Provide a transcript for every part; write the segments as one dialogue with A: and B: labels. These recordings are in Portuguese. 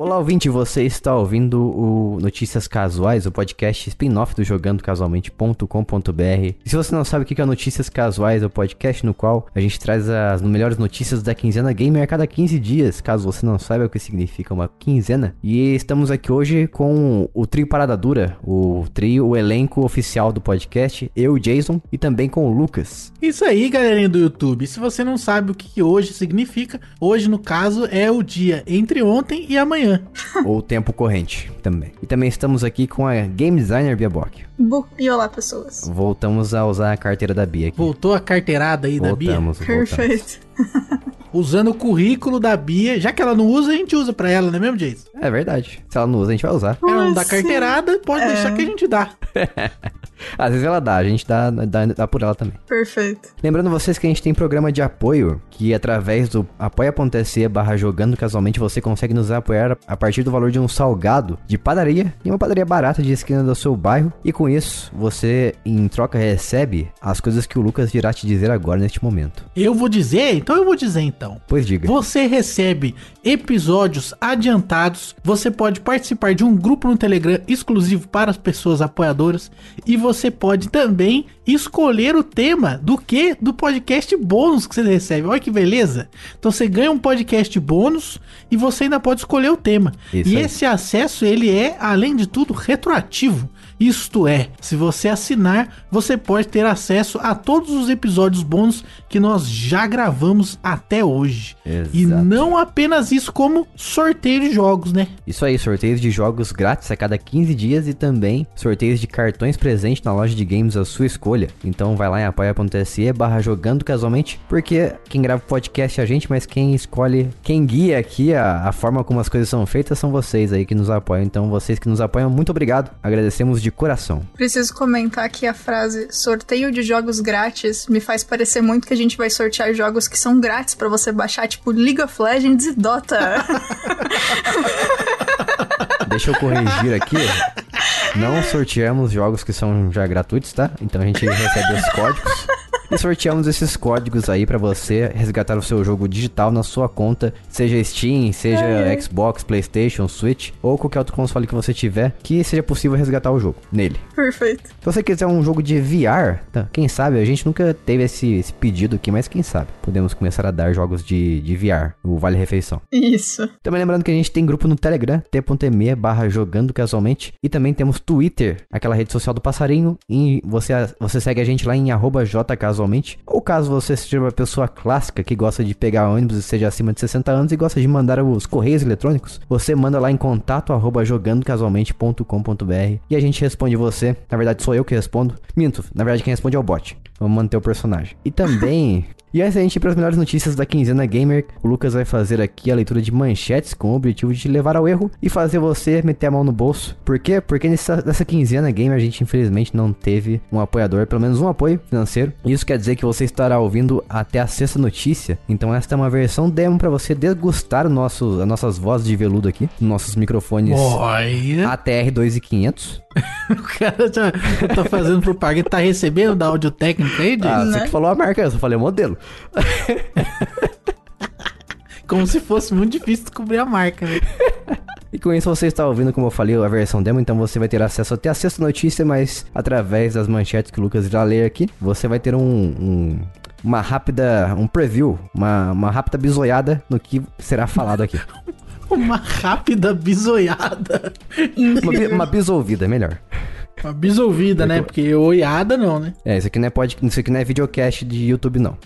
A: Olá, ouvinte, você está ouvindo o Notícias Casuais, o podcast spin-off do jogandocasualmente.com.br. E se você não sabe o que é o Notícias Casuais, é o podcast no qual a gente traz as melhores notícias da quinzena gamer a cada 15 dias, caso você não saiba o que significa uma quinzena. E estamos aqui hoje com o trio Parada Dura, o trio, o elenco oficial do podcast, eu, Jason, e também com o Lucas.
B: Isso aí, galerinha do YouTube. Se você não sabe o que que hoje significa, hoje, no caso, é o dia entre ontem e amanhã.
A: ou tempo corrente também. E também estamos aqui com a game designer Bia Bock.
C: Bu- E olá, pessoas.
A: Voltamos a usar a carteira da Bia aqui.
B: Voltou a carteirada aí da Bia.
A: Voltamos, voltamos.
C: Perfeito.
B: Usando o currículo da Bia. Já que ela não usa, a gente usa pra ela, não é mesmo, Jason?
A: É verdade. Se ela não usa, a gente vai usar.
B: Ela não dá
C: Assim,
B: carteirada, pode deixar que a gente dá.
A: Às vezes ela dá, a gente dá, dá, dá por ela também.
C: Perfeito.
A: Lembrando vocês que a gente tem programa de apoio, que através do apoia.se barra jogando casualmente você consegue nos apoiar a partir do valor de um salgado de padaria, e uma padaria barata de esquina do seu bairro. E com isso, você em troca recebe as coisas que o Lucas virá te dizer agora neste momento.
B: Eu vou dizer, então eu vou dizer então.
A: Pois diga.
B: Você recebe episódios adiantados, você pode participar de um grupo no Telegram exclusivo para as pessoas apoiadoras e você pode também escolher o tema do que do podcast bônus que você recebe. Olha que beleza! Então você ganha um podcast bônus e você ainda pode escolher o tema.
A: Isso
B: e
A: aí.
B: esse acesso ele é, além de tudo, retroativo. Isto é, se você assinar, você pode ter acesso a todos os episódios bônus que nós já gravamos até hoje. E
A: Exato.
B: não apenas isso, como sorteio de jogos, né?
A: Isso aí, sorteios de jogos grátis a cada 15 dias e também sorteios de cartões presente na loja de games à sua escolha. Então vai lá em apoia.se barra jogando casualmente, porque quem grava o podcast é a gente, mas quem escolhe, quem guia aqui a, a forma como as coisas são feitas são vocês aí que nos apoiam. Então vocês que nos apoiam, muito obrigado. Agradecemos de coração.
C: Preciso comentar aqui a frase sorteio de jogos grátis me faz parecer muito que a gente vai sortear jogos que são grátis pra você baixar, tipo League of Legends e Dota.
A: Deixa eu corrigir aqui. Não sorteamos jogos que são já gratuitos, tá? Então a gente recebe os códigos. E sorteamos esses códigos aí pra você resgatar o seu jogo digital na sua conta, seja Steam, seja Xbox, PlayStation, Switch ou qualquer outro console que você tiver, que seja possível resgatar o jogo nele.
C: Perfeito.
A: Se você quiser um jogo de VR, tá? quem sabe? A gente nunca teve esse, esse pedido aqui, mas quem sabe? Podemos começar a dar jogos de, de VR, o Vale Refeição.
C: Isso.
A: Também lembrando que a gente tem grupo no Telegram, t.me barra jogando casualmente. E também temos Twitter, aquela rede social do passarinho. E você, você segue a gente lá em arroba jcasualmente. Ou caso você seja uma pessoa clássica que gosta de pegar ônibus e seja acima de 60 anos e gosta de mandar os correios eletrônicos, você manda lá em contato arroba jogandocasualmente.com.br e a gente responde você. Na verdade, sou eu que respondo. Minto, na verdade quem responde é o bot. Vamos manter o personagem. E também E antes da gente ir para as melhores notícias da quinzena gamer, o Lucas vai fazer aqui a leitura de manchetes com o objetivo de te levar ao erro e fazer você meter a mão no bolso. Por quê? Porque nessa, nessa quinzena gamer a gente infelizmente não teve um apoiador, pelo menos um apoio financeiro. Isso quer dizer que você estará ouvindo até a sexta notícia. Então esta é uma versão demo para você degustar o nosso, as nossas vozes de veludo aqui, nossos microfones
B: Olha,
A: ATR 2500.
B: o cara já tá fazendo propaganda, tá recebendo da áudio técnica aí,
A: Ah,
B: Jason?
A: você que falou a marca, eu só falei o modelo.
B: Como se fosse muito difícil descobrir a marca, né?
A: E com isso você está ouvindo, como eu falei, a versão demo, então você vai ter acesso até a sexta notícia, mas através das manchetes que o Lucas irá ler aqui, você vai ter um. um- uma rápida. um preview, uma, uma rápida bisoiada no que será falado aqui.
B: Uma rápida bisoiada.
A: Uma, bi- uma bisouvida, melhor.
B: Uma bisouvida, né? Porque oiada não, né?
A: É, isso aqui não é, pod, isso aqui não é videocast de YouTube, não.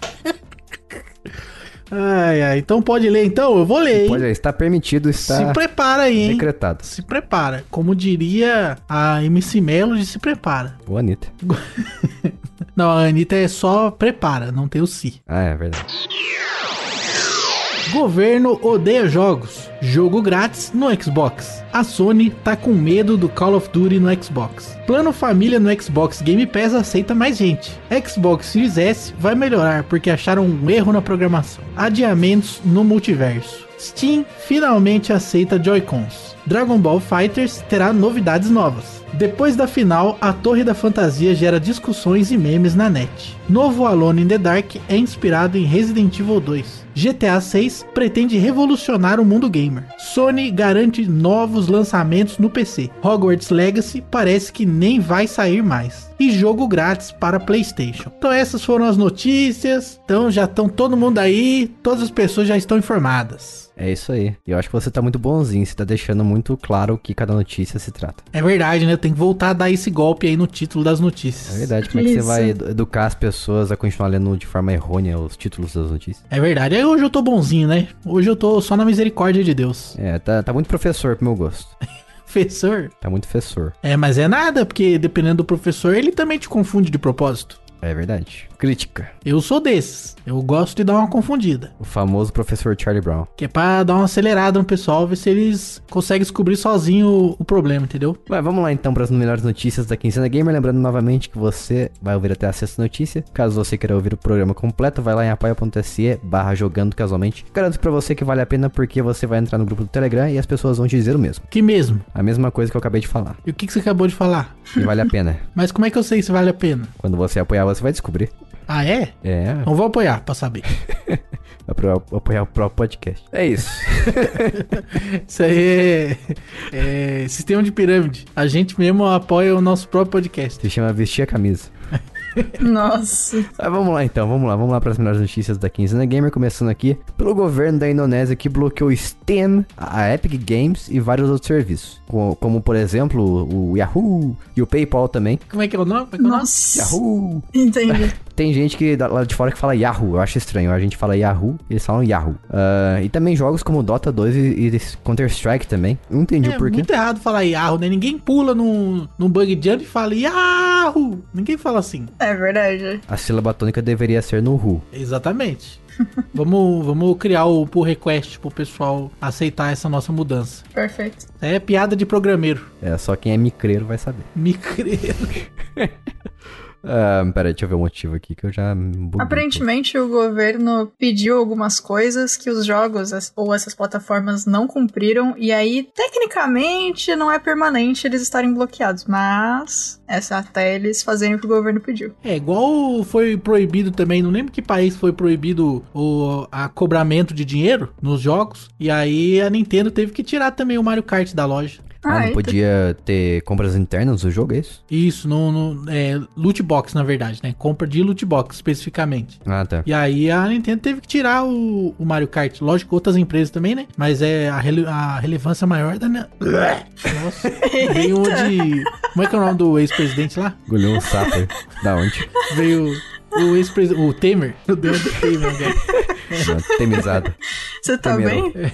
B: Ai, ai. Então pode ler, então? Eu vou ler, hein?
A: Pois é, está permitido,
B: Se
A: está
B: prepara aí, hein?
A: decretado.
B: Se prepara. Como diria a MC Melody, se prepara.
A: Boa, Anitta.
B: Não, a Anitta é só prepara, não tem o si.
A: Ah, é verdade.
B: Governo odeia jogos. Jogo grátis no Xbox. A Sony tá com medo do Call of Duty no Xbox. Plano família no Xbox Game Pass aceita mais gente. Xbox Series S vai melhorar porque acharam um erro na programação. Adiamentos no multiverso. Steam finalmente aceita Joy-Cons. Dragon Ball Fighters terá novidades novas. Depois da final, a Torre da Fantasia gera discussões e memes na net. Novo Alone in the Dark é inspirado em Resident Evil 2. GTA 6 pretende revolucionar o mundo gamer. Sony garante novos lançamentos no PC. Hogwarts Legacy parece que nem vai sair mais. E jogo grátis para PlayStation. Então essas foram as notícias. Então já estão todo mundo aí, todas as pessoas já estão informadas.
A: É isso aí. Eu acho que você tá muito bonzinho, você tá deixando muito claro o que cada notícia se trata.
B: É verdade, né? Eu tenho que voltar a dar esse golpe aí no título das
A: É
B: notícias.
A: verdade, como é que você
C: Isso.
A: vai edu- educar as pessoas a continuar lendo de forma errônea os títulos das notícias?
B: É verdade. Aí hoje eu tô bonzinho, né? Hoje eu tô só na misericórdia de Deus.
A: É, tá, tá muito professor pro meu gosto.
B: Professor?
A: Tá muito professor.
B: É, mas é nada, porque dependendo do professor, ele também te confunde de propósito.
A: É verdade. Crítica.
B: Eu sou desses. Eu gosto de dar uma confundida.
A: O famoso professor Charlie Brown.
B: Que é pra dar uma acelerada no pessoal, ver se eles conseguem descobrir sozinho o, o problema, entendeu?
A: Mas vamos lá então para as melhores notícias da Quinzena Gamer. Lembrando novamente que você vai ouvir até a sexta notícia. Caso você queira ouvir o programa completo, vai lá em apoia.se barra jogando casualmente. Garanto pra você que vale a pena porque você vai entrar no grupo do Telegram e as pessoas vão te dizer o mesmo.
B: Que mesmo.
A: A mesma coisa que eu acabei de falar.
B: E o que, que você acabou de falar?
A: E vale a pena.
B: Mas como é que eu sei se vale a pena?
A: Quando você apoiar, você vai descobrir.
B: Ah, é?
A: É,
B: Então vou apoiar pra saber.
A: apoiar, apoiar o próprio podcast. É isso.
B: Isso aí é, é sistema de pirâmide. A gente mesmo apoia o nosso próprio podcast.
A: Se chama vestir a camisa.
C: Nossa.
A: Mas vamos lá então, vamos lá, vamos lá para as melhores notícias da Quinzena Gamer, começando aqui pelo governo da Indonésia que bloqueou Steam, a Epic Games e vários outros serviços, co- como, por exemplo o Yahoo e o PayPal também.
B: Como é que é o nome? Como é que é o nome?
C: Nossa.
A: Yahoo!
C: Entendi.
A: Tem gente que da- lá de fora que fala Yahoo, eu acho estranho, a gente fala Yahoo, eles falam Yahoo. Ah, e também jogos como Dota 2 e, e Counter-Strike também, não entendi
B: É
A: o porquê.
B: muito errado falar Yahoo, né? Ninguém pula num, num bug jump e fala Yahoo! Ninguém fala assim.
C: É verdade.
A: A sílaba tônica deveria ser no Who.
B: Exatamente. vamos, vamos criar o pull request pro pessoal aceitar essa nossa mudança.
C: Perfeito.
B: Isso aí é piada de programeiro.
A: É, só quem é micreiro vai saber.
B: Me creio.
A: Ah, pera, deixa eu ver o motivo aqui que eu já... buguei.
C: Aparentemente, o governo pediu algumas coisas que os jogos as- ou essas plataformas não cumpriram, e aí, tecnicamente, não é permanente eles estarem bloqueados, mas essa até eles fazerem o que o governo pediu.
B: É igual foi proibido também, não lembro que país foi proibido o a cobramento de dinheiro nos jogos. E aí a Nintendo teve que tirar também o Mario Kart da loja.
A: Ah, não
C: eita.
A: podia ter compras internas do jogo, é isso?
B: Isso, no, no é, loot box, na verdade, né? Compra de loot box especificamente.
A: Ah, tá.
B: E aí a Nintendo teve que tirar o, o Mario Kart. Lógico, outras empresas também, né? Mas é a, rele- a relevância maior da. ne- Nossa, veio o de. Como é que é o nome do ex-presidente lá?
A: Engoliu um sapo. aí. da onde?
B: Veio o ex-presidente. O Temer. O Deus do Temer, né? velho.
A: Ah, Temizado.
C: Você tá
A: Primeiro.
C: bem?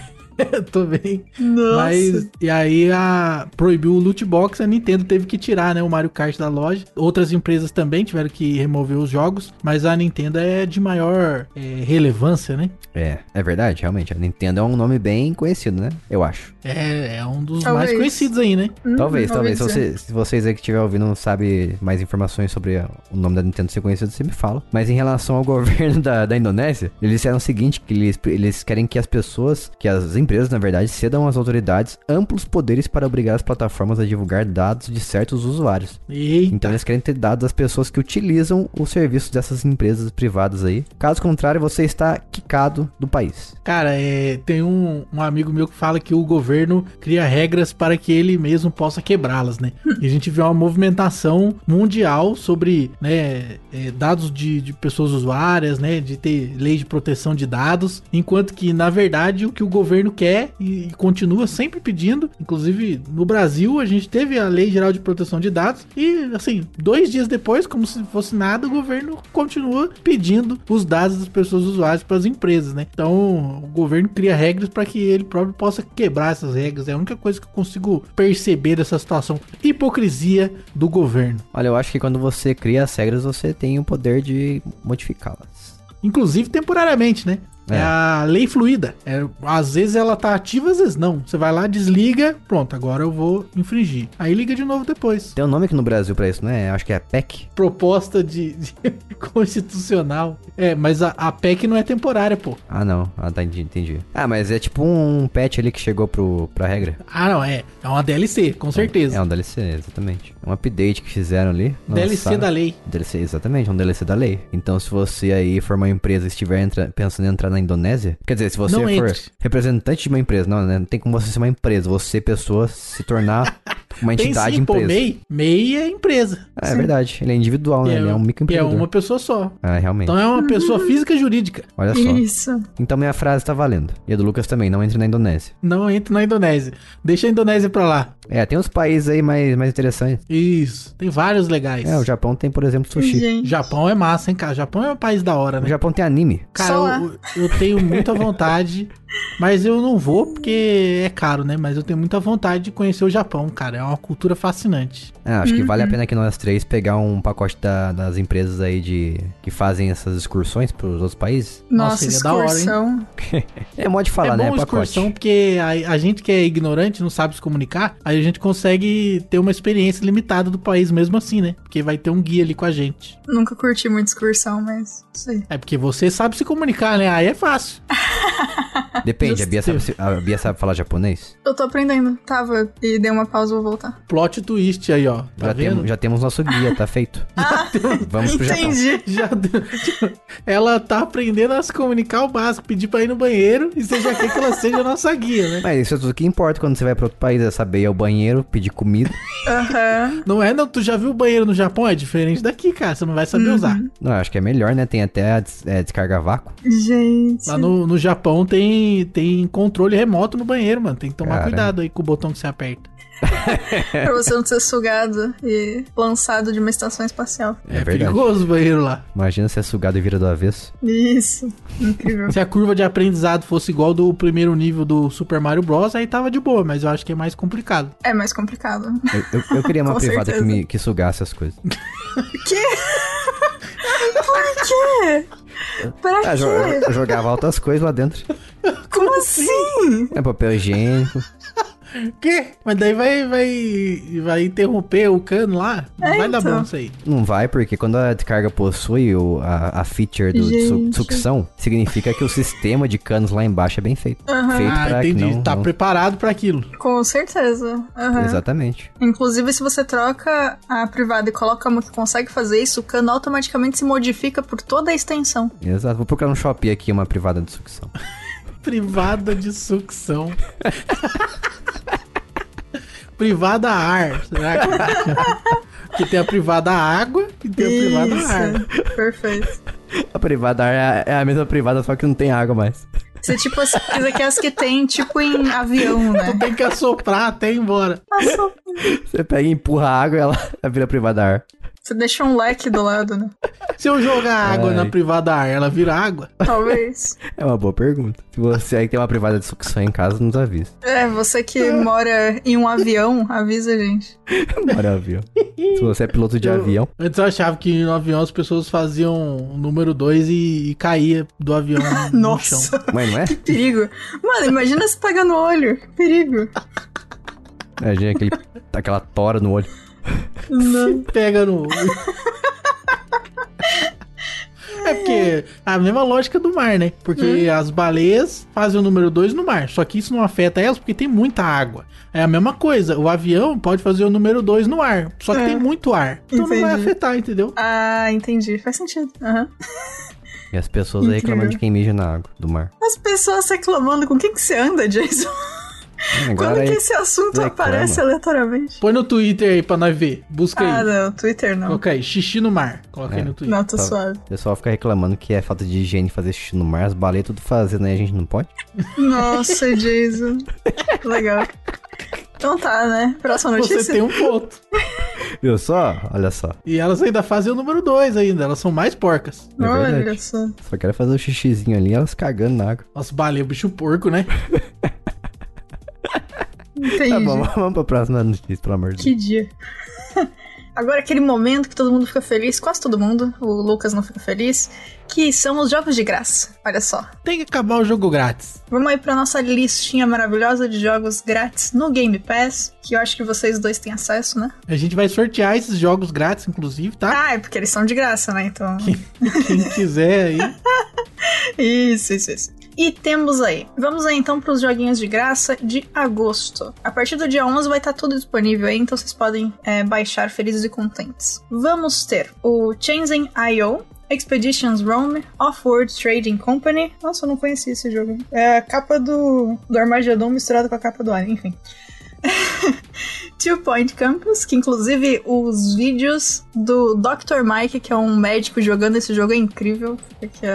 B: Eu tô bem.
C: Nossa.
B: Mas, e aí a, proibiu o loot box, a Nintendo teve que tirar né, o Mario Kart da loja. Outras empresas também tiveram que remover os jogos, mas a Nintendo é de maior é, relevância, né?
A: É, é verdade, realmente. A Nintendo é um nome bem conhecido, né? Eu acho.
B: É, é um dos
C: Talvez.
B: mais conhecidos aí, né?
C: Hum,
A: Talvez,
C: ouvi
A: talvez. Se,
C: dizer.
A: você- se vocês aí que estiver ouvindo não sabe mais informações sobre a- o nome da Nintendo ser conhecido, você me fala. Mas em relação ao governo da, da Indonésia, eles disseram o seguinte, que eles, eles querem que as pessoas, que as empresas, na verdade, cedam às autoridades amplos poderes para obrigar as plataformas a divulgar dados de certos usuários.
B: Eita.
A: Então eles querem ter dados das pessoas que utilizam os serviços dessas empresas privadas aí. Caso contrário, você está quicado do país.
B: Cara, é, tem um, um amigo meu que fala que o governo cria regras para que ele mesmo possa quebrá-las, né? E a gente vê uma movimentação mundial sobre né, é, dados de, de pessoas usuárias, né? De ter lei de proteção de dados, enquanto que, na verdade, o que o governo quer e, e continua sempre pedindo, inclusive no Brasil, a gente teve a Lei Geral de Proteção de Dados e, assim, dois dias depois, como se fosse nada, o governo continua pedindo os dados das pessoas usuárias para as empresas, né? Então, o governo cria regras para que ele próprio possa quebrar essas regras. É a única coisa que eu consigo perceber dessa situação. Hipocrisia do governo.
A: Olha, eu acho que quando você cria as regras, você tem o poder de modificá-las.
B: Inclusive temporariamente, né? É. a lei fluida. É, às vezes ela tá ativa, às vezes não. Você vai lá, desliga, pronto, agora eu vou infringir. Aí liga de novo depois.
A: Tem um nome aqui no Brasil pra isso, né? Acho que é a PEC.
B: Proposta de, de constitucional. É, mas a, a PEC não é temporária, pô.
A: Ah, não. Ah, tá, entendi, entendi. Ah, mas é tipo um patch ali que chegou pro, pra regra.
B: Ah, não, é. É uma DLC, com certeza.
A: É um DLC, exatamente. É um update que fizeram ali.
B: DLC
A: lançaram.
B: da lei.
A: DLC, exatamente, é um DLC da lei. Então, se você aí for uma empresa e estiver entra- pensando em entrar na Indonésia, quer dizer, se você
B: Não
A: for
B: entre.
A: representante de uma empresa, não, né? Não tem como você ser uma empresa, você, pessoa, se tornar uma
B: Tem
A: entidade
B: sim, pô,
A: empresa.
B: MEI. MEI é empresa.
A: É, é verdade, ele é individual,
B: E
A: né? Ele é um
B: um- E é
A: microempreendedor.
B: uma pessoa só.
A: É, realmente.
B: Então é uma pessoa física e jurídica.
A: Olha só.
C: Isso.
A: Então minha frase tá valendo. E a do Lucas também, não entre na Indonésia.
B: Não entra na Indonésia. Deixa a Indonésia pra lá.
A: É, tem uns países aí mais, mais interessantes.
B: Isso. Tem vários legais.
A: É, o Japão tem, por exemplo, sushi.
C: Gente.
B: Japão é massa, hein, cara? Japão é um país da hora,
A: O
B: né?
A: Japão tem anime.
C: Só
B: Cara,
C: lá.
B: eu, eu tenho muita vontade, mas eu não vou porque é caro, né? Mas eu tenho muita vontade de conhecer o Japão, cara. É uma cultura fascinante.
A: Ah, acho que
C: Uhum.
A: vale a pena que nós três pegar um pacote da- das empresas aí de que fazem essas excursões pros outros países.
B: Nossa,
C: Nossa,
B: ele é da hora, hein?
C: excursão.
A: É modo de falar,
B: é
A: né?
B: bom
A: É pacote.
B: excursão porque a, a gente que é ignorante, não sabe se comunicar, aí a gente consegue ter uma experiência limitada do país mesmo assim, né? Porque vai ter um guia ali com a gente.
C: Nunca curti muito excursão, mas sei.
B: É porque você sabe se comunicar, né? Aí é fácil.
A: Depende, a Bia, sabe, se- a Bia sabe falar japonês?
C: Eu tô aprendendo. Tava e dei uma pausa, vou voltar.
B: Plot twist aí, ó. Tá
A: já,
B: vendo?
A: temos, já temos nosso guia, tá feito. Vamos pro Japão.
C: Entendi.
B: Já deu- ela tá aprendendo a se comunicar o básico, pedir pra ir no banheiro e você já quer que ela seja a nossa guia, né?
A: Mas isso é tudo que importa quando você vai pra outro país, é saber ir ao banheiro, pedir comida.
C: Aham.
B: Não é, não? Tu já viu o banheiro no Japão? É diferente daqui, cara. Você não vai
C: Uhum,
B: saber usar.
A: Não, acho que é melhor, né? Tem até a des- é, descarga vácuo.
C: Gente.
B: Lá no, no Japão tem, tem controle remoto no banheiro, mano. Tem que tomar
A: Caramba.
B: cuidado aí com o botão que você
A: É
B: aperta. É
C: Pra você não ser sugado e lançado de uma estação espacial.
A: É,
B: É,
A: verdade.
B: perigoso o banheiro lá.
A: Imagina se é sugado e vira do avesso.
C: Isso. Incrível.
B: Se a curva de aprendizado fosse igual do primeiro nível do Super Mario Bros, aí tava de boa, mas eu acho que é mais complicado.
C: É mais complicado.
A: Eu, eu- eu queria uma
C: Com
A: privada que,
C: certeza.
A: me- que sugasse as coisas.
C: Por quê? Pra
A: Ah,
C: quê?
A: jo- eu jogava altas coisas lá dentro.
C: Como assim?
A: É papel higiênico.
B: Quê? Mas daí vai, vai, vai interromper o cano lá? Não
C: É,
B: vai dar
C: então.
B: bom isso aí.
A: Não vai, porque quando a descarga possui o- a, a feature do, de su-
C: Gente.
A: sucção, significa que o sistema de canos lá embaixo é bem feito.
C: Aham.
A: Feito
B: Ah,
A: pra que
B: entendi.
A: não...
B: tá
A: não-
B: preparado pra aquilo.
C: Com certeza. Aham.
A: Exatamente.
C: Inclusive, se você troca a privada e coloca uma que consegue fazer isso, o cano automaticamente se modifica por toda a extensão.
A: Exato. Vou procurar no Shopee aqui uma privada de sucção.
B: Privada de sucção. privada ar. Será que... é? que tem a privada água e tem a privada ar.
C: Isso. Perfeito.
A: A privada é a, é a mesma privada, só que não tem água mais.
C: Você, tipo, as, aqui é as que tem, tipo, em avião, né?
B: Tem que assoprar até ir embora.
C: Nossa,
A: Você pega e empurra a água e ela vira privada ar.
C: Você deixa um leque do lado, né?
B: Se eu jogar água
A: Ai.
B: na privada ar, ela vira água?
C: Talvez.
A: É uma boa pergunta. Se você aí tem uma privada de sucção em casa, nos avisa.
C: É, você que mora em um avião, avisa a gente.
A: Maravilha. Se você é piloto de avião,
B: Antes eu achava que no avião as pessoas faziam o número 2 e, e caía do avião no chão.
C: Nossa,
A: mas não é?
C: perigo. Mano, imagina se pegar no olho. Que perigo.
A: Imagina aquele, aquela tora no olho.
C: Não.
B: Pega no. É porque a mesma lógica do mar, né?
C: Hum.
B: Porque as baleias fazem o número 2 no mar. Só que isso não afeta elas porque tem muita água. É a mesma coisa. O avião pode fazer o número 2 no ar. Só que
C: É.
B: tem muito ar. Então não vai
C: Entendi.
B: afetar, entendeu?
C: Ah, entendi. Faz sentido. Aham.
A: E as pessoas aí
C: Incrível.
A: reclamando de quem mija na água do mar.
C: As pessoas reclamando com quem que você anda, Jason. Quando
A: Agora
C: que é tá
A: aí,
C: esse assunto
A: reclama.
C: aparece aleatoriamente?
B: Põe no Twitter aí pra nós ver. Busca
C: Ah,
B: aí.
C: não, Twitter não.
B: Coloca aí. Xixi no mar. Coloca
A: É.
B: aí no Twitter.
C: Não, tô
A: Tá.
C: suave.
A: o pessoal fica reclamando que é falta de higiene fazer xixi no mar, as baleias tudo fazendo, né? A gente não pode?
C: Nossa, Jason. Legal. Então tá, né? Próxima notícia.
B: Você tem um ponto.
A: Viu só? Olha só.
B: E elas ainda fazem o número 2 ainda. Elas são mais porcas.
A: É
C: Olha
A: verdade.
C: só.
A: Só quero fazer o xixizinho ali, elas cagando na água.
B: Nossa, baleia, bicho porco, né?
C: Entendi.
A: Tá bom, vamos pra próxima notícia, pelo amor de Deus.
C: Que dia. Agora aquele momento que todo mundo fica feliz, quase todo mundo, o Lucas não fica feliz, que são os jogos de graça. Olha só.
B: Tem que acabar o jogo grátis.
C: Vamos aí pra nossa listinha maravilhosa de jogos grátis no Game Pass, que eu acho que vocês dois têm acesso, né?
B: A gente vai sortear esses jogos grátis, inclusive, tá?
C: Ah, é porque eles são de graça, né? Então.
B: Quem quiser aí.
C: Isso, isso, isso. E temos aí. Vamos aí então para os joguinhos de graça de agosto. A partir do dia 11 vai estar tudo disponível aí, então vocês podem é, baixar felizes e contentes. Vamos ter o Changing I.O., Expeditions Rome, Off-World Trading Company. Nossa, eu não conhecia esse jogo. É a capa do, do Armagedon misturada com a capa do Alien, enfim. Two Point Campus, que inclusive os vídeos do Dr. Mike, que é um médico jogando esse jogo, é incrível, porque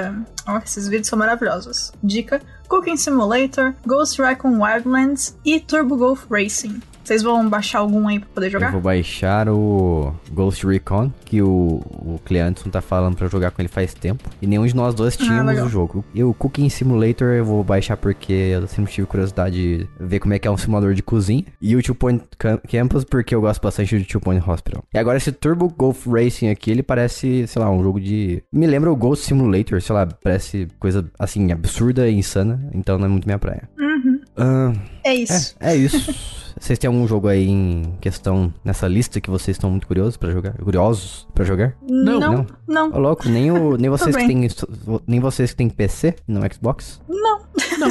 C: ó, esses vídeos são maravilhosos. Dica: Cooking Simulator, Ghost Recon Wildlands e Turbo Golf Racing. Vocês vão baixar algum aí pra poder
A: Eu
C: jogar?
A: vou baixar o Ghost Recon, que o, o Cleanson tá falando pra eu jogar com ele faz tempo. E nenhum de nós dois tínhamos
C: Ah, legal.
A: o jogo. E o Cooking Simulator eu vou baixar porque eu sempre tive curiosidade de ver como é que é um simulador de cozinha. E o Two Point Cam- Campus, porque eu gosto bastante do Two Point Hospital. E agora esse Turbo Golf Racing aqui, ele parece, sei lá, um jogo de... Me lembra o Ghost Simulator, sei lá, parece coisa, assim, absurda e insana. Então não é muito minha praia.
C: Uhum.
A: Ahn...
C: É isso.
A: É, é isso. vocês têm algum jogo aí em questão nessa lista que vocês estão muito curiosos pra jogar? Curiosos pra jogar?
C: É? Não, não,
A: não.
C: não.
A: Ô, louco, nem, o, nem vocês que
C: bem.
A: têm isso- nem vocês que têm PC no Xbox? Não.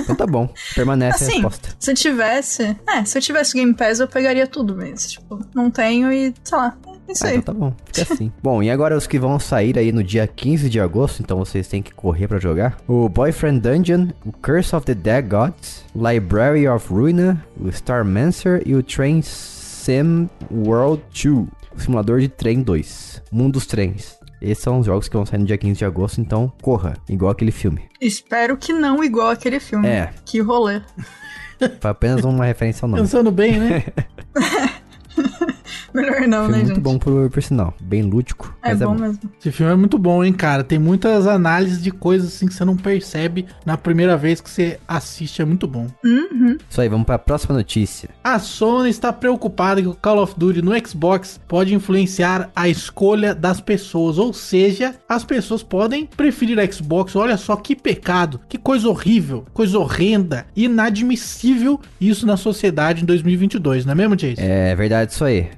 A: Então tá bom. Permanece
C: Assim.
A: a resposta.
C: Se eu tivesse. É, se eu tivesse Game Pass, eu pegaria tudo mesmo. Tipo, não tenho e, sei lá, é isso
A: Ah,
C: aí.
A: então tá bom, fica assim. bom, e agora os que vão sair aí no dia 15 de agosto, então vocês têm que correr pra jogar. O Boyfriend Dungeon, o Curse of the Dead Gods, Library of Ruina, o Starmancer e o Train Sim World 2, o simulador de trem 2, Mundo dos Trens. Esses são os jogos que vão sair no dia 15 de agosto, então corra, igual aquele filme.
C: Espero que não igual aquele filme.
A: É.
C: Que rolê.
A: Foi apenas uma referência ao nome.
B: Pensando bem, né?
C: Melhor não,
A: Filme
C: né,
A: muito
C: gente?
A: bom por, por sinal, bem lúdico,
C: É
A: mas
C: bom
A: é bom.
C: mesmo.
B: Esse filme é muito bom, hein, cara? Tem muitas análises de coisas assim que você não percebe na primeira vez que você assiste. É muito bom.
C: Uhum.
A: Isso aí, vamos pra próxima notícia.
B: A Sony está preocupada que o Call of Duty no Xbox pode influenciar a escolha das pessoas, ou seja, as pessoas podem preferir a Xbox. Olha só que pecado, que coisa horrível, coisa horrenda, inadmissível isso na sociedade em 2022, não é mesmo, Jason?
A: É verdade isso aí.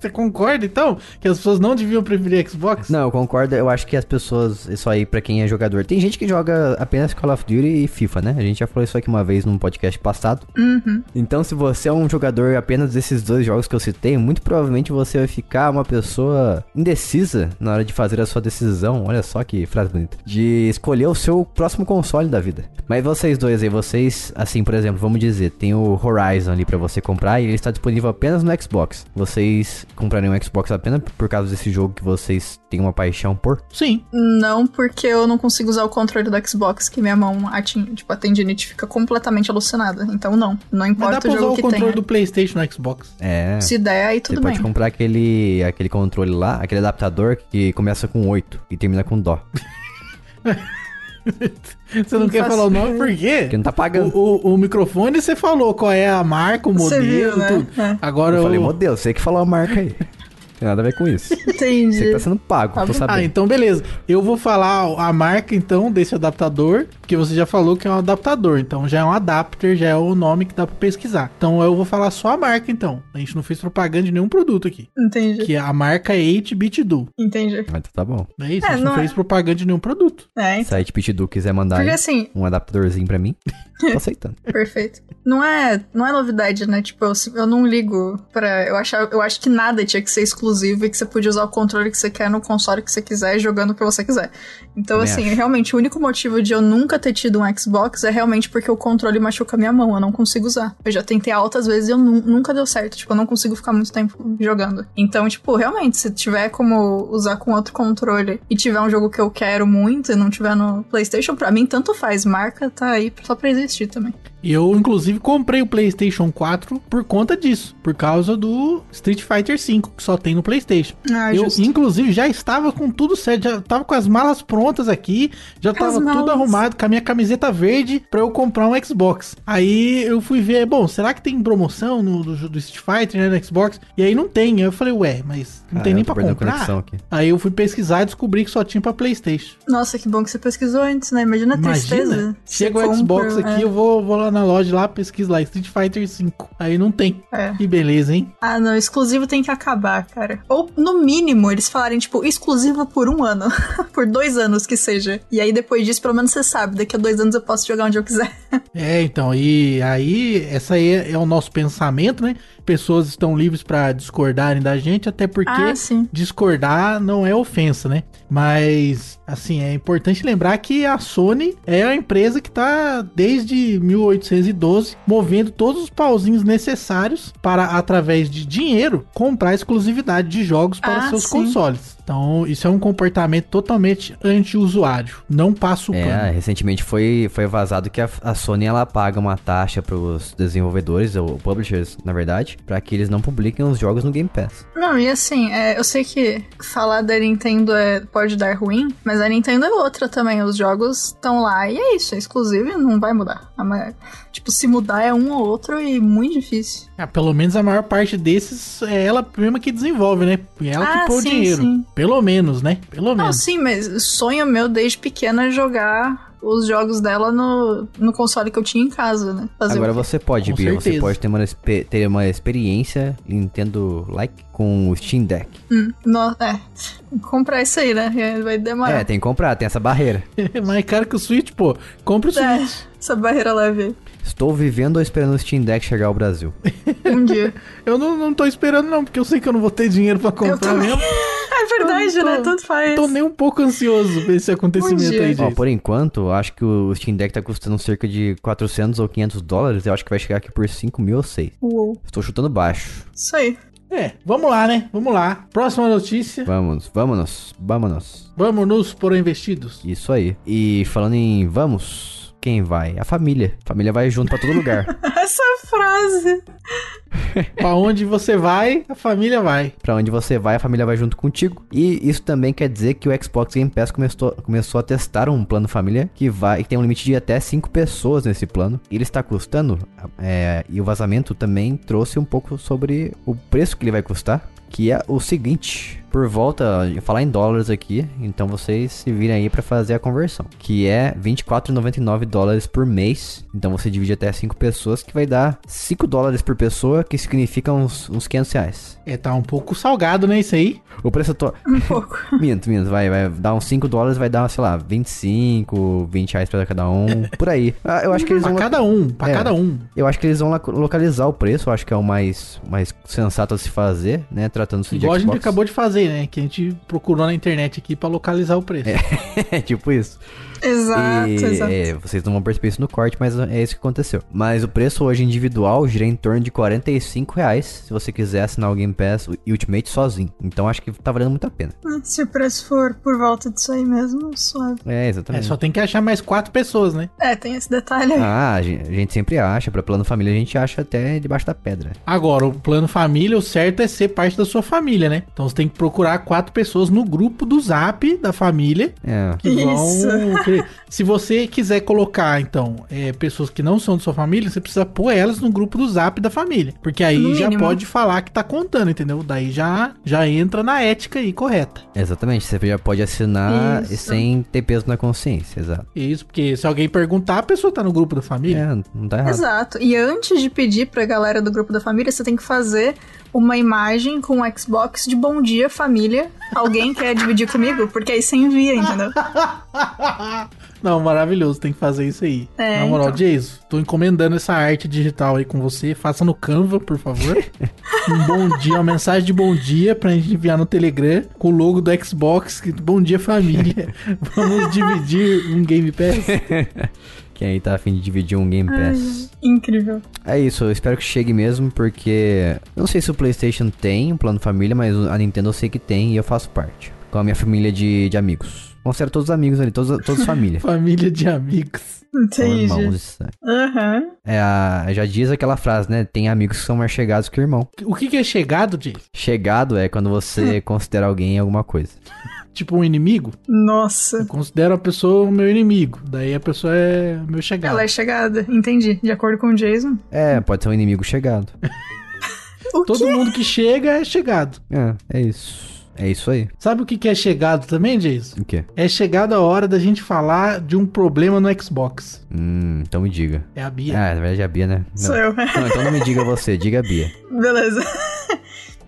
B: Você concorda então que as pessoas não deviam preferir a Xbox?
A: Não, eu concordo. Eu acho que as pessoas. Isso aí, pra quem é jogador. Tem gente que joga apenas Call of Duty e FIFA, né? A gente já falou isso aqui uma vez num podcast passado.
C: Uhum.
A: Então, se você é um jogador apenas desses dois jogos que eu citei, muito provavelmente você vai ficar uma pessoa indecisa na hora de fazer a sua decisão. Olha só que frase bonita. De escolher o seu próximo console da vida. Mas vocês dois aí, vocês, assim, por exemplo, vamos dizer, tem o Horizon ali pra você comprar e ele está disponível apenas no Xbox. Vocês comprariam o Xbox apenas por causa desse jogo que vocês têm uma paixão por?
B: Sim,
C: Não, porque eu não consigo usar o controle do Xbox, que minha mão atinge, tipo, a tendinite fica completamente alucinada. Então, não. Não
B: mas dá
C: importa
B: pra
C: o
B: usar
C: jogo
B: o
C: que
B: controle
C: tenha.
B: do PlayStation no Xbox.
A: É.
C: Se der, aí
A: Você
C: tudo
A: pode
C: bem.
A: comprar aquele, aquele controle lá, aquele adaptador que começa com 8 e termina com dó.
B: Você não,
C: Não
B: quer
C: faço
B: falar o nome por quê?
A: Porque não tá pagando.
B: O, o- o microfone você falou qual é a marca, o
C: Você
B: modelo,
C: viu, né?
B: tudo.
C: É.
B: Agora
A: Eu
B: eu
A: falei, meu Deus, você que falou a marca aí. Tem nada a ver com isso. Você que
C: Entendi.
A: tá sendo pago,
C: Tá
A: tô
C: bom.
B: Ah,
A: sabendo.
B: então beleza. Eu vou falar a marca então desse adaptador, porque você já falou que é um adaptador, então já é um adapter, já é o nome que dá pra pesquisar. Então eu vou falar só a marca então. A gente não fez propaganda de nenhum produto aqui,
C: Entendi.
B: que a marca é 8bit do.
C: Entendi.
A: Mas então tá bom.
B: Não é isso,
C: É,
B: a gente não,
C: não é-
B: fez propaganda de nenhum produto.
C: É,
A: Se a Pitdu quiser mandar
C: porque
A: aí
C: assim,
A: um adaptadorzinho pra mim, tô aceitando.
C: Perfeito. Não é, não é novidade, né? Tipo, eu, eu não ligo pra. Eu, achava, eu acho que nada tinha que ser exclusivo e que você podia usar o controle que você quer no console que você quiser, jogando o que você quiser. Então,
A: Também
C: assim,
A: acho.
C: realmente, o único motivo de eu nunca ter tido um Xbox é realmente porque o controle machuca a minha mão, eu não consigo usar. Eu já tentei altas vezes e eu nu- nunca deu certo. Tipo, eu não consigo ficar muito tempo jogando. Então, tipo, realmente, se tiver como usar com outro controle e tiver um jogo que eu quero muito e não tiver no PlayStation, pra mim tanto faz. Marca tá aí só pra existir também.
B: E eu, inclusive, comprei o PlayStation 4 por conta disso, por causa do Street Fighter 5, que só tem no PlayStation.
C: Ah,
B: eu,
C: justo.
B: inclusive, já estava com tudo certo, já estava com as malas prontas aqui, já estava tudo
C: malas.
B: arrumado, com a minha camiseta verde para eu comprar um Xbox. Aí eu fui ver, bom, será que tem promoção no, do, do Street Fighter, né, no Xbox? E aí não tem. Aí eu falei, ué, mas não tem
A: Ah,
B: nem
A: eu tô
B: para
A: perdendo a
B: comprar.
A: conexão aqui.
B: Aí eu fui pesquisar e descobri que só tinha pra Playstation.
C: Nossa, que bom que você pesquisou antes, né? Imagina a tristeza.
B: Imagina,
C: Você
B: chega o Xbox
C: compra, é.
B: aqui, eu vou, vou lá na loja lá, pesquiso lá, Street Fighter 5. Aí não tem.
C: é, é.
B: Que beleza, hein?
C: Ah, não, exclusivo tem que acabar, cara. Ou, no mínimo, eles falarem, tipo, exclusiva por um ano. por dois anos que seja. E aí, depois disso, pelo menos você sabe, daqui a dois anos eu posso jogar onde eu quiser.
B: É, então, e aí, essa aí é, é o nosso pensamento, né? Pessoas estão livres pra discordarem da gente, até porque
C: Ah, sim.
B: discordar não é ofensa, né? Mas, assim, é importante lembrar que a Sony é a empresa que tá desde 1812 movendo todos os pauzinhos necessários para, através de dinheiro, comprar exclusividade de jogos para
C: Ah,
B: seus
C: sim.
B: consoles. Então, isso é um comportamento totalmente anti-usuário. Não passa o
A: É,
B: pano.
A: recentemente foi, foi vazado que a, a Sony ela paga uma taxa pros desenvolvedores, ou publishers, na verdade, pra que eles não publiquem os jogos no Game Pass.
C: Não, e assim, é, eu sei que falar da Nintendo é- pode dar ruim, mas a Nintendo é outra também. Os jogos estão lá e é isso, é exclusivo e não vai mudar. Ah, mas, Tipo, se mudar é um ou outro e muito difícil.
B: Ah, pelo menos a maior parte desses é ela mesma que desenvolve, né? Ela
C: Ah,
B: que põe o
C: sim,
B: dinheiro.
C: sim.
B: Pelo menos, né? Pelo
C: Não,
B: menos.
C: sim, mas o sonho meu desde pequena é jogar os jogos dela no, no console que eu tinha em casa, né? Fazer
A: Agora
C: o quê?
A: você pode,
B: Com
A: Bia, você
B: certeza.
A: pode ter uma, espe- ter uma experiência Nintendo-like com o Steam Deck.
C: Hum, no- é, comprar isso aí, né? É, Vai demorar.
A: É, tem que comprar, tem essa barreira.
B: Mais é caro que o Switch, pô. Compra o Switch.
C: É, essa barreira leve
A: Estou vivendo ou esperando o Steam Deck chegar ao Brasil?
C: aí. Um dia.
B: Eu não, não tô esperando, não, porque eu sei que eu não vou ter dinheiro pra comprar
C: também.
B: mesmo.
C: é verdade,
B: Eu não tô-
C: né? Tanto faz.
B: Tô nem um pouco ansioso pra esse acontecimento
C: dia.
B: aí,
A: Ó,
B: gente.
A: por enquanto, acho que o Steam Deck tá custando cerca de 400 ou 500 dólares. Eu acho que vai chegar aqui por 5 mil ou 6.
C: Uou.
A: Estou chutando baixo.
C: Isso aí.
B: É, vamos lá, né? Vamos lá. Próxima notícia.
A: Vamos, vamos, vamos.
B: Vamos nos por investidos.
A: Isso aí. E falando em vamos, quem vai? A família. A família vai junto pra todo lugar.
C: Essa frase.
B: pra onde você vai, a família vai.
A: Pra onde você vai, a família vai junto contigo. E isso também quer dizer que o Xbox Game Pass começou, começou a testar um plano família que vai que tem um limite de até 5 pessoas nesse plano. E ele está custando. é, e o vazamento também trouxe um pouco sobre o preço que ele vai custar. Que é o seguinte, por volta, falar em dólares aqui, então vocês se virem aí pra fazer a conversão, que é 24,99 dólares por mês. Então você divide até 5 pessoas, que vai dar 5 dólares por pessoa, que significa uns, uns 500 reais.
B: É, tá um pouco salgado, né, isso aí?
A: O preço atual.
C: Um pouco.
A: Minto, minto, vai, vai dar uns 5 dólares, vai dar, sei lá, 25, 20 reais pra cada um, por aí. Ah, Eu acho que eles
B: Pra
A: vão,
B: cada um, pra
A: É.
B: cada um.
A: eu acho que eles vão lo- localizar o preço, eu acho que é o mais, mais sensato a se fazer, né? Tratando-se de
B: Igual a gente
A: Xbox.
B: acabou de fazer, né? Que a gente procurou na internet aqui pra localizar o preço.
A: é, tipo isso.
C: Exato,
A: E,
C: exato.
A: é, vocês não vão perceber isso no corte, mas é isso que aconteceu. Mas o preço hoje individual gira em torno de 45 reais se você quiser assinar o Game Pass Ultimate sozinho. Então acho que tá valendo muito a pena.
C: Se o preço for por volta disso aí mesmo, suave.
A: É,
B: É,
A: exatamente.
B: só tem que achar mais quatro pessoas, né?
C: É, tem esse detalhe aí.
A: Ah, a gen- a gente sempre acha, pra plano família a gente acha até debaixo da pedra.
B: Agora, o plano família, o certo é ser parte da sua família, né? Então você tem que procurar quatro pessoas no grupo do zap da família
A: É.
B: que vão. querer. Se você quiser colocar, então, é, pessoas que não são da sua família, você precisa pôr elas no grupo do zap da família. Porque aí
C: No
B: já
C: mínimo.
B: pode falar que tá contando, entendeu? Daí já, já entra na ética aí correta.
A: Exatamente, você já pode assinar
C: Isso.
A: sem ter peso na consciência, exato.
B: Isso, porque se alguém perguntar, a pessoa tá no grupo da família.
A: É, não tá errado.
C: Exato. E antes de pedir pra galera do grupo da família, você tem que fazer uma imagem com o Xbox de bom dia, família. Alguém quer dividir comigo? Porque aí você envia, entendeu?
B: Não, maravilhoso, tem que fazer isso aí.
C: É,
B: Na moral,
C: então.
B: Jason, tô encomendando essa arte digital aí com você. Faça no Canva, por favor. um bom dia, uma mensagem de bom dia pra gente enviar no Telegram com o logo do Xbox, escrito Bom dia, família. Vamos dividir um Game Pass.
A: Quem aí tá afim de dividir um Game Pass.
C: Incrível.
A: É isso, eu espero que chegue mesmo, porque eu não sei se o PlayStation tem um plano família, mas a Nintendo eu sei que tem e eu faço parte. Com a minha família de, de amigos. Considera todos os amigos ali, todos, todos família.
B: Família de amigos.
A: São irmãos
C: Entendi.
A: de sangue.
C: Aham.
A: É a- já diz aquela frase, né? Tem amigos que são mais chegados que irmão.
B: O que, que é chegado, Jay?
A: Chegado é quando
C: Hum.
A: você considera alguém alguma coisa.
B: Tipo um inimigo?
C: Nossa.
B: Eu considero a pessoa o meu inimigo. Daí a pessoa é meu chegado.
C: Ela é chegada. Entendi. De acordo com o Jason.
A: É, pode ser um inimigo chegado.
C: O
B: Todo
C: quê?
B: mundo que chega é chegado.
A: É, é isso. É isso aí.
B: Sabe o que, que é chegado também, Jason?
A: O quê?
B: É chegada a hora da gente falar de um problema no Xbox.
A: Hum, então me diga.
B: É a Bia.
A: Ah, na verdade é a Bia, né?
C: Sou
A: Não.
C: eu.
A: Não, então não me diga você, diga a Bia.
C: Beleza.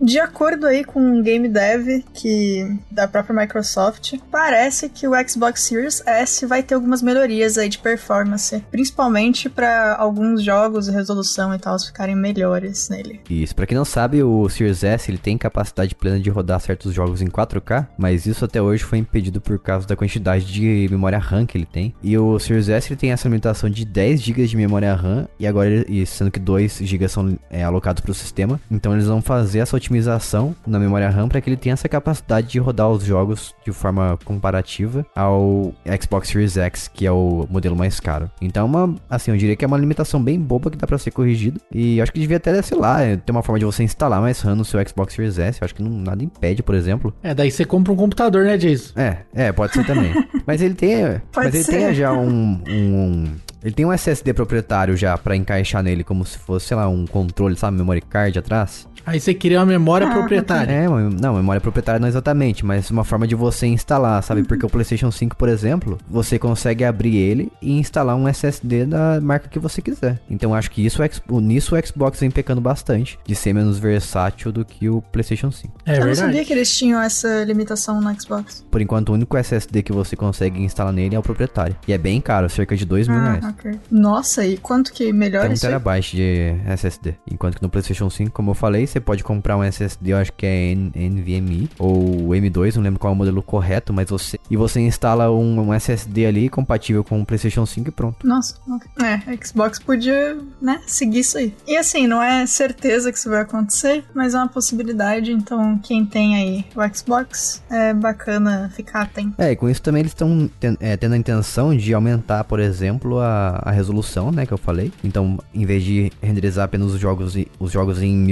C: De acordo aí com o Game Dev, que da própria Microsoft, parece que o Xbox Series S vai ter algumas melhorias aí de performance, principalmente para alguns jogos e resolução e tal ficarem melhores nele.
A: Isso, pra quem não sabe, o Series S ele tem capacidade plena de rodar certos jogos em 4K, mas isso até hoje foi impedido por causa da quantidade de memória RAM que ele tem. E o Series S ele tem essa limitação de 10 GB de memória RAM, e agora, ele- e sendo que 2 GB são é, alocados pro sistema, então eles vão fazer essa otimização na memória RAM para que ele tenha essa capacidade de rodar os jogos de forma comparativa ao Xbox Series X, que é o modelo mais caro. Então, é uma, assim, eu diria que é uma limitação bem boba que dá pra ser corrigida. E acho que devia até, sei lá, é, ter uma forma de você instalar mais RAM no seu Xbox Series S. Eu acho que não, nada impede, por exemplo.
B: É, daí você compra um computador, né, Jason?
A: É, é, pode ser também. mas ele tem, é, mas ele
C: ser.
A: tem já um, um- ele tem um SSD proprietário já pra encaixar nele como se fosse, sei lá, um controle, sabe, memory card atrás.
B: Aí você cria uma memória
C: Ah,
B: proprietária.
A: É, uma- não, memória proprietária não exatamente, mas uma forma de você instalar, sabe? Porque o PlayStation 5, por exemplo, você consegue abrir ele e instalar um SSD da marca que você quiser. Então acho que isso, o X- o- nisso o Xbox vem pecando bastante, de ser menos versátil do que o PlayStation 5.
B: É,
C: eu não
B: verdade.
C: sabia que eles tinham essa limitação no Xbox.
A: Por enquanto, o único SSD que você consegue instalar nele é o proprietário. E é bem caro, cerca de 2 mil reais.
C: Ah, ok. Nossa, e quanto que melhora
A: Tem um
C: isso? aí?
A: terabyte de SSD. Enquanto que no PlayStation 5, como eu falei, você pode comprar um SSD, eu acho que é N- NVMe ou M2, não lembro qual é o modelo correto, mas você. E você instala um, um SSD ali compatível com o PlayStation 5 e pronto.
C: Nossa, ok. é, Xbox podia, né, seguir isso aí. E assim, não é certeza que isso vai acontecer, mas é uma possibilidade, então quem tem aí o Xbox, é bacana ficar atento.
A: É, e com isso também eles estão ten- é, tendo a intenção de aumentar, por exemplo, a, a resolução, né, que eu falei. Então, em vez de renderizar apenas os jogos, e- os jogos em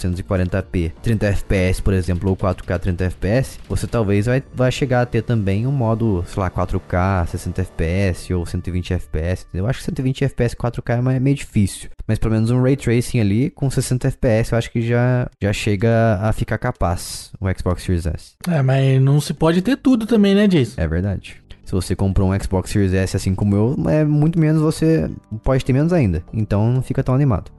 A: 1440p, 30 fps, por exemplo, ou 4K 30 fps, você talvez vai, vai chegar a ter também um modo, sei lá, 4K 60 fps ou 120 fps. Eu acho que 120 fps 4K é mais- meio difícil, mas pelo menos um ray tracing ali com 60 fps, eu acho que já já chega a ficar capaz o Xbox Series S.
B: É, mas não se pode ter tudo também, né, Jason?
A: É verdade. Se você comprou um Xbox Series S assim como eu, é muito menos você pode ter menos ainda. Então não fica tão animado.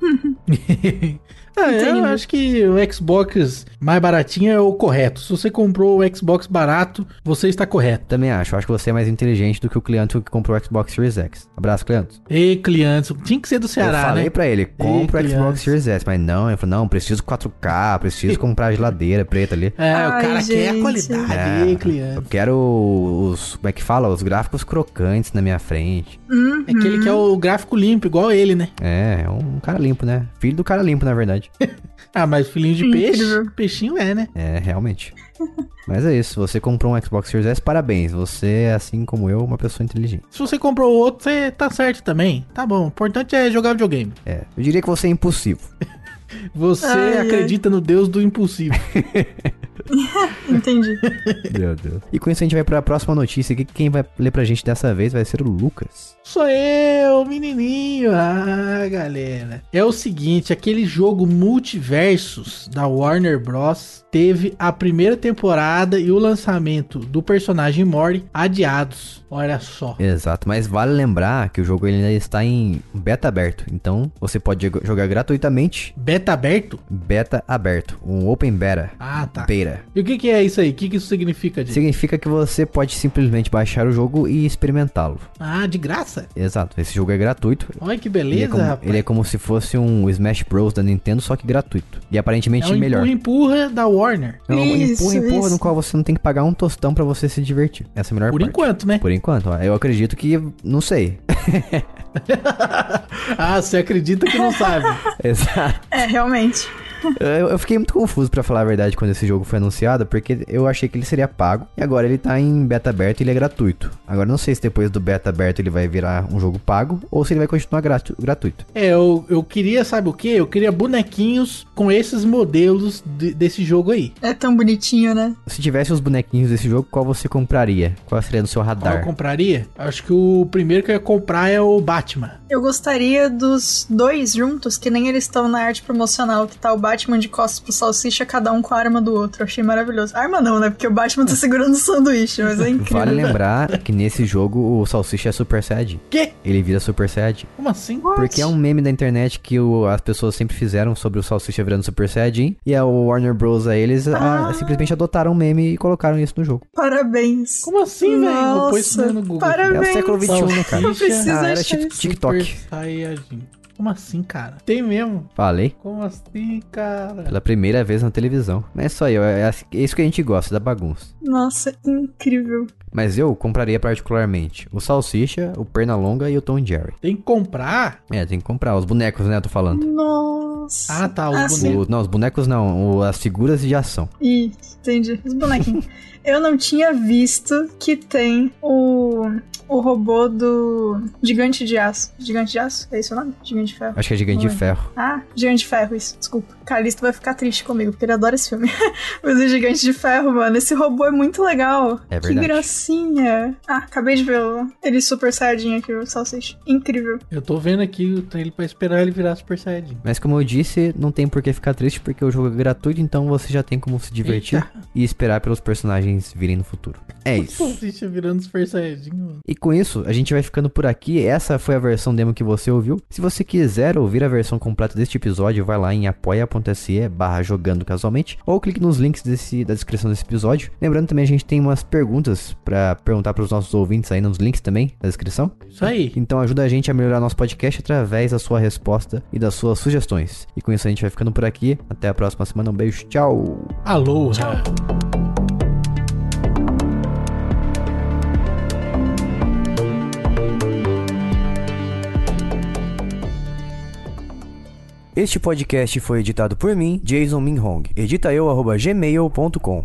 B: Ah, eu
C: Entendi.
B: acho que o Xbox mais baratinho é o correto. Se você comprou o Xbox barato, você está correto.
A: Também acho, acho que você é mais inteligente do que o cliente que comprou o Xbox Series X. Abraço, cliente.
B: E clientes, tinha que ser do
A: Eu
B: Ceará,
A: falei
B: né?
A: pra ele, compra o
B: Ih,
A: Xbox
B: criança.
A: Series S, mas não, ele falou, não, preciso 4K, preciso comprar a geladeira preta ali.
B: É, o cara
C: Ai,
B: quer a
C: gente.
B: qualidade,
A: É.
B: e
A: Eu
B: cliente.
A: quero os, como é que fala? Os gráficos crocantes na minha frente.
C: Uhum.
B: É aquele que é o gráfico limpo, igual ele, né?
A: É, é um cara limpo, né? Filho do cara limpo, na verdade.
B: Ah, mas filhinho de peixe,
C: Incrível.
B: peixinho é, né?
A: É, realmente. Mas é isso, você comprou um Xbox Series S, parabéns. Você é, assim como eu, uma pessoa inteligente.
B: Se você comprou outro, você tá certo também. Tá bom, o importante é jogar videogame.
A: É, eu diria que você é impulsivo.
B: Você
C: Ai, ai.
B: acredita no Deus do impossível.
C: Entendi.
A: Meu Deus. E com isso a gente vai pra próxima notícia aqui, que quem vai ler pra gente dessa vez vai ser o Lucas.
B: Sou eu, menininho. Ah, galera. É o seguinte, aquele jogo Multiversus da Warner Bros. teve a primeira temporada e o lançamento do personagem Mori adiados. Olha só.
A: Exato, mas vale lembrar que o jogo ele ainda está em beta aberto, então você pode jo- jogar gratuitamente,
B: Beta aberto?
A: beta aberto, um open beta.
B: Ah, tá.
A: Beta.
B: E o que, que é isso aí? O que, que isso significa, Diego?
A: Significa que você pode simplesmente baixar o jogo e experimentá-lo.
B: Ah, de graça?
A: Exato, esse jogo é gratuito,
B: Olha que
A: Ele é,
B: beleza,
A: como,
B: rapaz.
A: ele é como se fosse um Smash Bros da Nintendo, só que gratuito. E
B: É
A: aparentemente
B: um
A: melhor.
B: empurra, empurra da Warner.
A: É um
C: Isso,
A: empurra, empurra,
C: isso.
A: no qual você não tem que pagar um tostão pra você se divertir. Essa é a melhor
B: Por
A: parte.
B: enquanto, né?
A: Por enquanto, ó. Eu acredito que. Não sei.
B: ah, você acredita que não sabe.
A: Exato.
C: É, realmente.
A: Eu, eu fiquei muito confuso, pra falar a verdade, quando esse jogo foi anunciado, porque eu achei que ele seria pago, e agora ele tá em beta aberto e ele é gratuito. Agora, não sei se depois do beta aberto ele vai virar um jogo pago, ou se ele vai continuar gratu- gratuito.
B: É, eu, eu queria, sabe o que? Eu queria bonequinhos com esses modelos de- desse jogo aí.
C: É tão bonitinho, né?
A: Se tivesse os bonequinhos desse jogo, qual você compraria? Qual seria no seu
B: Qual eu
A: radar?
B: compraria? Acho que o primeiro que eu ia comprar é o Batman.
C: Eu gostaria dos dois juntos, que nem eles estão na arte promocional, que tá o Batman de costas pro salsicha, cada um com a arma do outro. Achei maravilhoso. Arma não, né? Porque o Batman tá segurando o sanduíche, mas é incrível.
A: É. Vale lembrar que nesse jogo o Salsicha é Super Saiyajin.
B: Quê?
A: Ele vira Super Saiyajin.
B: Como assim?
A: Porque é um meme da internet que o- as pessoas sempre fizeram sobre o Salsicha virando Super Saiyajin. E a Warner Bros. a eles a-
C: Ah.
A: simplesmente adotaram o meme e colocaram isso no jogo.
C: Parabéns.
B: Como assim, velho? Vou pôr isso
C: Nossa,
B: no Google.
C: para-
A: É o
C: Parabéns.
A: século XXI, né, cara?
C: Eu preciso
A: Ah, era
C: achar
A: tipo
C: isso.
A: TikTok.
B: Super Saiyajin. Como assim, cara? Tem mesmo?
A: Falei.
B: Como assim, cara?
A: Pela primeira vez na televisão. Mas é isso aí, ó, é as- é isso que a gente gosta, da bagunça.
C: Nossa, incrível.
A: Mas eu compraria particularmente o Salsicha, o Pernalonga e o Tom e Jerry.
B: Tem que comprar?
A: É, tem que comprar os bonecos, né, eu tô falando.
C: Nossa.
B: Ah, tá. O
C: Ah, sim.
B: boneco.
A: O- não, os bonecos não, o- as figuras de ação.
C: Ih, entendi. Os bonequinhos. Eu não tinha visto que tem o, o robô do Gigante de Aço. Gigante de Aço? É esse o nome? Gigante de Ferro.
A: Acho que é gigante de
C: Oi.
A: ferro.
C: Ah, Gigante de Ferro, isso, desculpa. Calisto vai ficar triste comigo, porque ele adora esse filme. Mas o Gigante de Ferro, mano, esse robô é muito legal.
A: É
C: que
A: verdade.
C: gracinha. Ah, acabei de ver o- ele super saiyajin aqui, o Salsicha. Incrível.
B: Eu tô vendo aqui o trailer pra esperar ele virar Super Saiyajin.
A: Mas como eu disse, não tem por que ficar triste porque o jogo é gratuito, então você já tem como se divertir e esperar pelos personagens virem no futuro. É
B: Uhum.
A: isso.
B: Salsicha virando Super Saiyajin, mano.
A: E com isso, a gente vai ficando por aqui. Essa foi a versão demo que você ouviu. Se você quiser ouvir a versão completa deste episódio, vai lá em apoia.se barra jogando casualmente ou clique nos links desse- da descrição desse episódio. Lembrando também, a gente tem umas perguntas pra perguntar pros nossos ouvintes aí nos links também da descrição.
B: Isso aí.
A: Então ajuda a gente a melhorar nosso podcast através da sua resposta e das suas sugestões. E com isso a gente vai ficando por aqui. Até a próxima semana. Um beijo. Tchau.
B: Aloha.
C: Tchau.
A: Este podcast foi editado por mim, Jason Minhong. Edita eu, gmail.com.